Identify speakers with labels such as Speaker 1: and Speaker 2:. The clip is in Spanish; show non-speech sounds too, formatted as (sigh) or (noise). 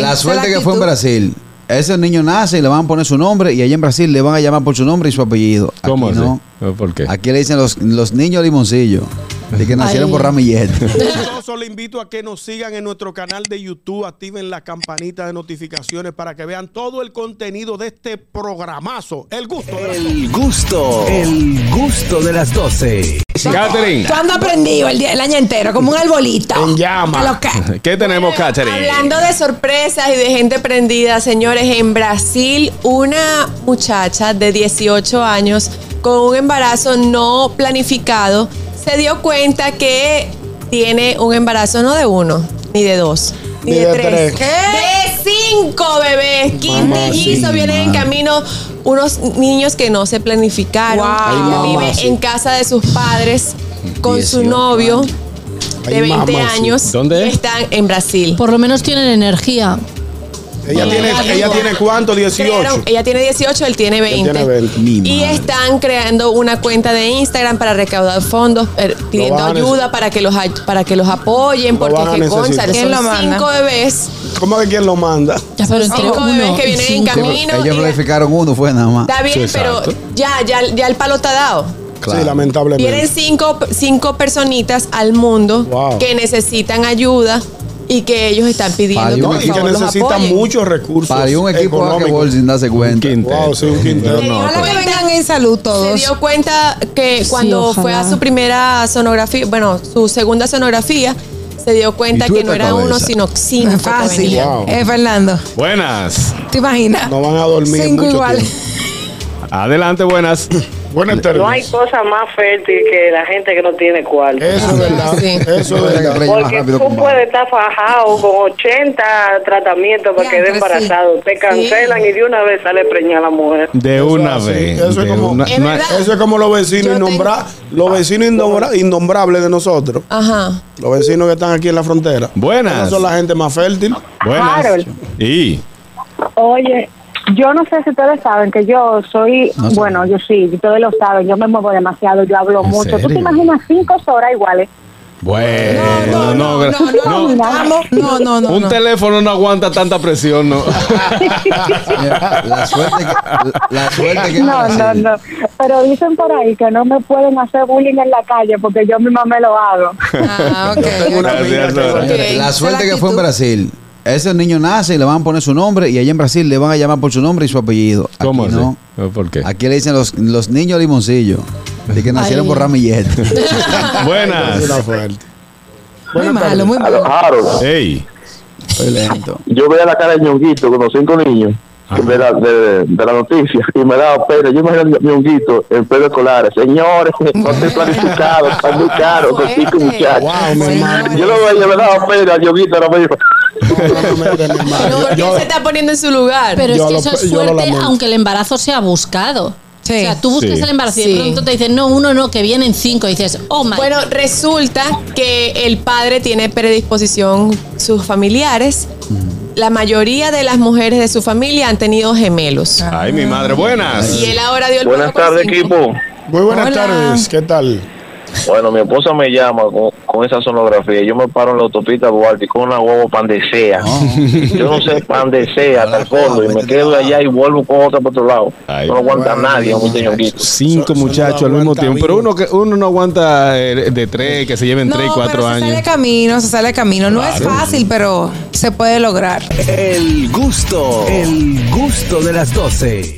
Speaker 1: La
Speaker 2: Esa
Speaker 1: suerte
Speaker 2: es la
Speaker 1: que fue en
Speaker 2: actitud.
Speaker 1: Brasil. Ese niño nace y le van a poner su nombre y allá en Brasil le van a llamar por su nombre y su apellido. Aquí
Speaker 3: ¿Cómo así?
Speaker 1: no.
Speaker 3: ¿Por qué?
Speaker 1: Aquí le dicen los, los niños limoncillo. De que nacieron
Speaker 2: Ay.
Speaker 1: por ramillete.
Speaker 2: (laughs)
Speaker 4: Yo solo invito a que nos sigan en nuestro canal de YouTube, activen la campanita de notificaciones para que vean todo el contenido de este programazo. El gusto. de las
Speaker 5: El gusto, el gusto de las 12.
Speaker 3: Catherine,
Speaker 2: Tú andas prendido el, día- el año entero, como un arbolito.
Speaker 4: En llama.
Speaker 2: A lo que-
Speaker 3: ¿qué tenemos,
Speaker 6: Bueno,
Speaker 3: Catherine?
Speaker 6: Hablando de sorpresas y de gente prendida, señores, en Brasil una muchacha de 18 años con un embarazo no planificado se dio cuenta que tiene un embarazo no de uno, ni de dos. Ni, de, tres. De cinco bebés. Quintillizo
Speaker 1: Mamacita.
Speaker 6: vienen en camino unos niños que no se planificaron.
Speaker 2: Ay,
Speaker 6: Ella vive
Speaker 4: mamacita.
Speaker 6: en casa de sus padres con su
Speaker 1: 18
Speaker 6: novio
Speaker 4: Ay,
Speaker 6: de 20
Speaker 4: mamacita.
Speaker 6: años.
Speaker 3: ¿Dónde?
Speaker 6: Están en Brasil.
Speaker 7: Por lo menos tienen energía.
Speaker 4: Ella tiene, ella tiene cuánto, 18.
Speaker 6: Crearon- ella tiene 18, él tiene 20.
Speaker 4: tiene 20.
Speaker 1: Mi
Speaker 6: Y
Speaker 1: madre.
Speaker 6: están creando una cuenta de Instagram para recaudar fondos, eh, pidiendo
Speaker 4: van a
Speaker 6: ayuda para que los ay- para que los apoyen, porque
Speaker 4: van a
Speaker 6: es que
Speaker 4: necesitar.
Speaker 6: Gonzalo,
Speaker 2: ¿Quién
Speaker 6: son
Speaker 2: lo manda?
Speaker 6: cinco bebés,
Speaker 4: ¿Cómo que quién lo manda?
Speaker 7: Ya, pero entre
Speaker 6: cinco bebés
Speaker 7: uno
Speaker 6: que
Speaker 7: y
Speaker 6: vienen en
Speaker 7: cinco.
Speaker 1: Sí, pero
Speaker 6: camino. y-
Speaker 1: Ellos planificaron uno, fue nada más.
Speaker 6: Está bien,
Speaker 3: Sí,
Speaker 6: pero
Speaker 3: exacto.
Speaker 6: ya, ya, ya el palo está dado.
Speaker 1: Claro.
Speaker 4: Sí,
Speaker 6: Vienen
Speaker 4: lamentablemente.
Speaker 6: cinco, cinco personitas al mundo
Speaker 4: Wow.
Speaker 6: que necesitan ayuda y que ellos están pidiendo
Speaker 1: Parió
Speaker 6: que
Speaker 4: No,
Speaker 6: por
Speaker 4: y que
Speaker 6: favor los
Speaker 4: necesitan
Speaker 6: apoyen.
Speaker 4: muchos recursos.
Speaker 1: Parió un equipo de basquetbol
Speaker 4: económicos.
Speaker 1: sin darse cuenta.
Speaker 3: Quinto.
Speaker 4: Wow, sí, un quinteto.
Speaker 6: Sí,
Speaker 2: Ojalá que
Speaker 6: Cuenta-
Speaker 2: vengan en salud
Speaker 6: Se
Speaker 2: todos.
Speaker 6: dio cuenta que
Speaker 7: Sí,
Speaker 6: cuando
Speaker 7: ojalá.
Speaker 6: fue a su primera sonografía, bueno, su segunda sonografía, se dio cuenta
Speaker 1: ¿Y tú
Speaker 6: que
Speaker 1: en
Speaker 6: no
Speaker 1: la
Speaker 6: era
Speaker 1: cabeza?
Speaker 6: uno, sino cinco.
Speaker 2: No es
Speaker 6: que
Speaker 2: (laughs) fácil.
Speaker 6: venían.
Speaker 4: Wow.
Speaker 2: Eh, Fernando,
Speaker 3: Buenas.
Speaker 2: ¿te imaginas?
Speaker 4: No van a dormir
Speaker 2: Cinco
Speaker 4: mucho
Speaker 2: iguales.
Speaker 3: Adelante,
Speaker 4: (clears throat)
Speaker 3: buenas.
Speaker 4: Buenas
Speaker 8: No hay
Speaker 4: tardes.
Speaker 8: cosa más fértil que la gente que no tiene cuarto.
Speaker 4: Eso es verdad.
Speaker 6: Sí.
Speaker 4: Eso es
Speaker 1: Ahora que
Speaker 4: verdad.
Speaker 1: aprende más
Speaker 8: Porque
Speaker 1: Eh, rápido
Speaker 8: tú
Speaker 1: con
Speaker 8: puedes estar fajado con 80 tratamientos para
Speaker 2: Ya,
Speaker 8: quedar
Speaker 2: pues sí.
Speaker 8: embarazado. Te cancelan y de una vez sale preñada la mujer.
Speaker 3: De
Speaker 4: Eso es
Speaker 3: una
Speaker 4: así,
Speaker 3: vez.
Speaker 4: eso es
Speaker 3: de
Speaker 4: como-
Speaker 3: una-
Speaker 6: Es
Speaker 3: no hay-
Speaker 6: verdad.
Speaker 4: Eso es como los
Speaker 6: Yo
Speaker 4: vecinos
Speaker 6: tengo-
Speaker 4: innombra- los vecinos innombra- innombrables de nosotros.
Speaker 6: Ajá.
Speaker 4: Los vecinos que están aquí en la frontera.
Speaker 3: Buenas.
Speaker 4: Esos son la gente más fértil.
Speaker 3: Buenas.
Speaker 9: Harold.
Speaker 3: Y
Speaker 9: Oye, yo no sé si ustedes saben que yo soy,
Speaker 1: No sé.
Speaker 9: bueno, yo sí, ustedes lo saben, yo me muevo demasiado, yo hablo
Speaker 3: ¿En
Speaker 9: mucho. ¿Tú te
Speaker 3: serio?
Speaker 9: imaginas cinco horas iguales?
Speaker 3: bueno, Eh, no,
Speaker 2: no,
Speaker 3: gra-
Speaker 2: no,
Speaker 3: no,
Speaker 2: Vamos, no, no, no.
Speaker 3: un
Speaker 2: no.
Speaker 3: teléfono no aguanta tanta presión, ¿no?
Speaker 1: Mira, La suerte que, la suerte que
Speaker 9: No, no, no. Pero dicen por ahí que no me pueden hacer bullying en la calle porque yo misma me
Speaker 1: (laughs)
Speaker 9: lo hago.
Speaker 6: Ah,
Speaker 4: Tengo
Speaker 6: ok.
Speaker 4: una
Speaker 3: Gracias,
Speaker 4: amiga que-
Speaker 3: Sara.
Speaker 1: Señores,
Speaker 6: Ok,
Speaker 1: La suerte
Speaker 2: esa es la
Speaker 1: que fue en
Speaker 2: actitud.
Speaker 1: Brasil. Ese niño nace y le van a poner su nombre y allá en Brasil le van a llamar por su nombre y su apellido. Aquí
Speaker 3: ¿Cómo así?
Speaker 1: no.
Speaker 3: ¿Por qué?
Speaker 1: Aquí le dicen los, los niños limoncillo. De que nacieron por ramillete.
Speaker 4: Es una
Speaker 3: Buenas.
Speaker 4: fuerte.
Speaker 2: (laughs) Muy malo, muy malo.
Speaker 10: Harold,
Speaker 3: Ey.
Speaker 1: Estoy lento.
Speaker 10: yo veía la cara de ñonguito con los cinco niños de la, de, de la noticia y me daba pena. Yo imagino a ñonguito en pleno escolar. Señores, no estoy planificado, está muy caro con cinco muchachos.
Speaker 6: Ah,
Speaker 4: Wow, mi hermano.
Speaker 10: Yo lo veía, me daba pena a ñonguito. Era medio...
Speaker 4: Honestamente, mi
Speaker 6: No,
Speaker 4: hermano.
Speaker 6: porque
Speaker 4: Yo-
Speaker 6: él se está poniendo en su lugar.
Speaker 7: Pero
Speaker 4: Yo
Speaker 7: es que
Speaker 4: lo-
Speaker 7: eso es
Speaker 4: yo lo
Speaker 7: suerte,
Speaker 4: lamento.
Speaker 7: aunque el embarazo sea buscado.
Speaker 2: Sí.
Speaker 7: O sea, tú buscas
Speaker 3: Sí.
Speaker 7: el embarazo y
Speaker 6: Sí.
Speaker 7: de pronto te dicen, no, uno no, que vienen cinco. Y dices, oh my.
Speaker 6: Bueno, resulta que el padre tiene predisposición, sus familiares, la mayoría de las mujeres de su familia han tenido gemelos.
Speaker 7: Ah.
Speaker 3: Ay, mi madre, buenas.
Speaker 6: Y él ahora dio el palo
Speaker 10: Buenas
Speaker 6: con
Speaker 10: tardes,
Speaker 6: cinco.
Speaker 10: equipo.
Speaker 4: Muy buenas
Speaker 2: Hola.
Speaker 4: tardes. ¿Qué tal?
Speaker 10: Bueno, mi esposa me llama con, con esa sonografía. Yo me paro en la autopista Duarte con una huevo pandesea. Yo no sé pandesea hasta el fondo y me quedo allá y vuelvo con otra por otro lado.
Speaker 3: Ay.
Speaker 10: no lo aguanta nadie, un ñonguito.
Speaker 3: Cinco
Speaker 4: Eso- eso
Speaker 3: muchachos
Speaker 4: no
Speaker 3: al mismo
Speaker 4: aguanta
Speaker 3: tiempo, pero
Speaker 4: vivo.
Speaker 3: uno que uno no aguanta eh, de tres, que se lleven
Speaker 2: No,
Speaker 3: tres y cuatro
Speaker 2: pero se sale
Speaker 3: años.
Speaker 2: camino, se sale camino. No es fácil, pero se puede lograr.
Speaker 5: El gusto, el gusto de las 12.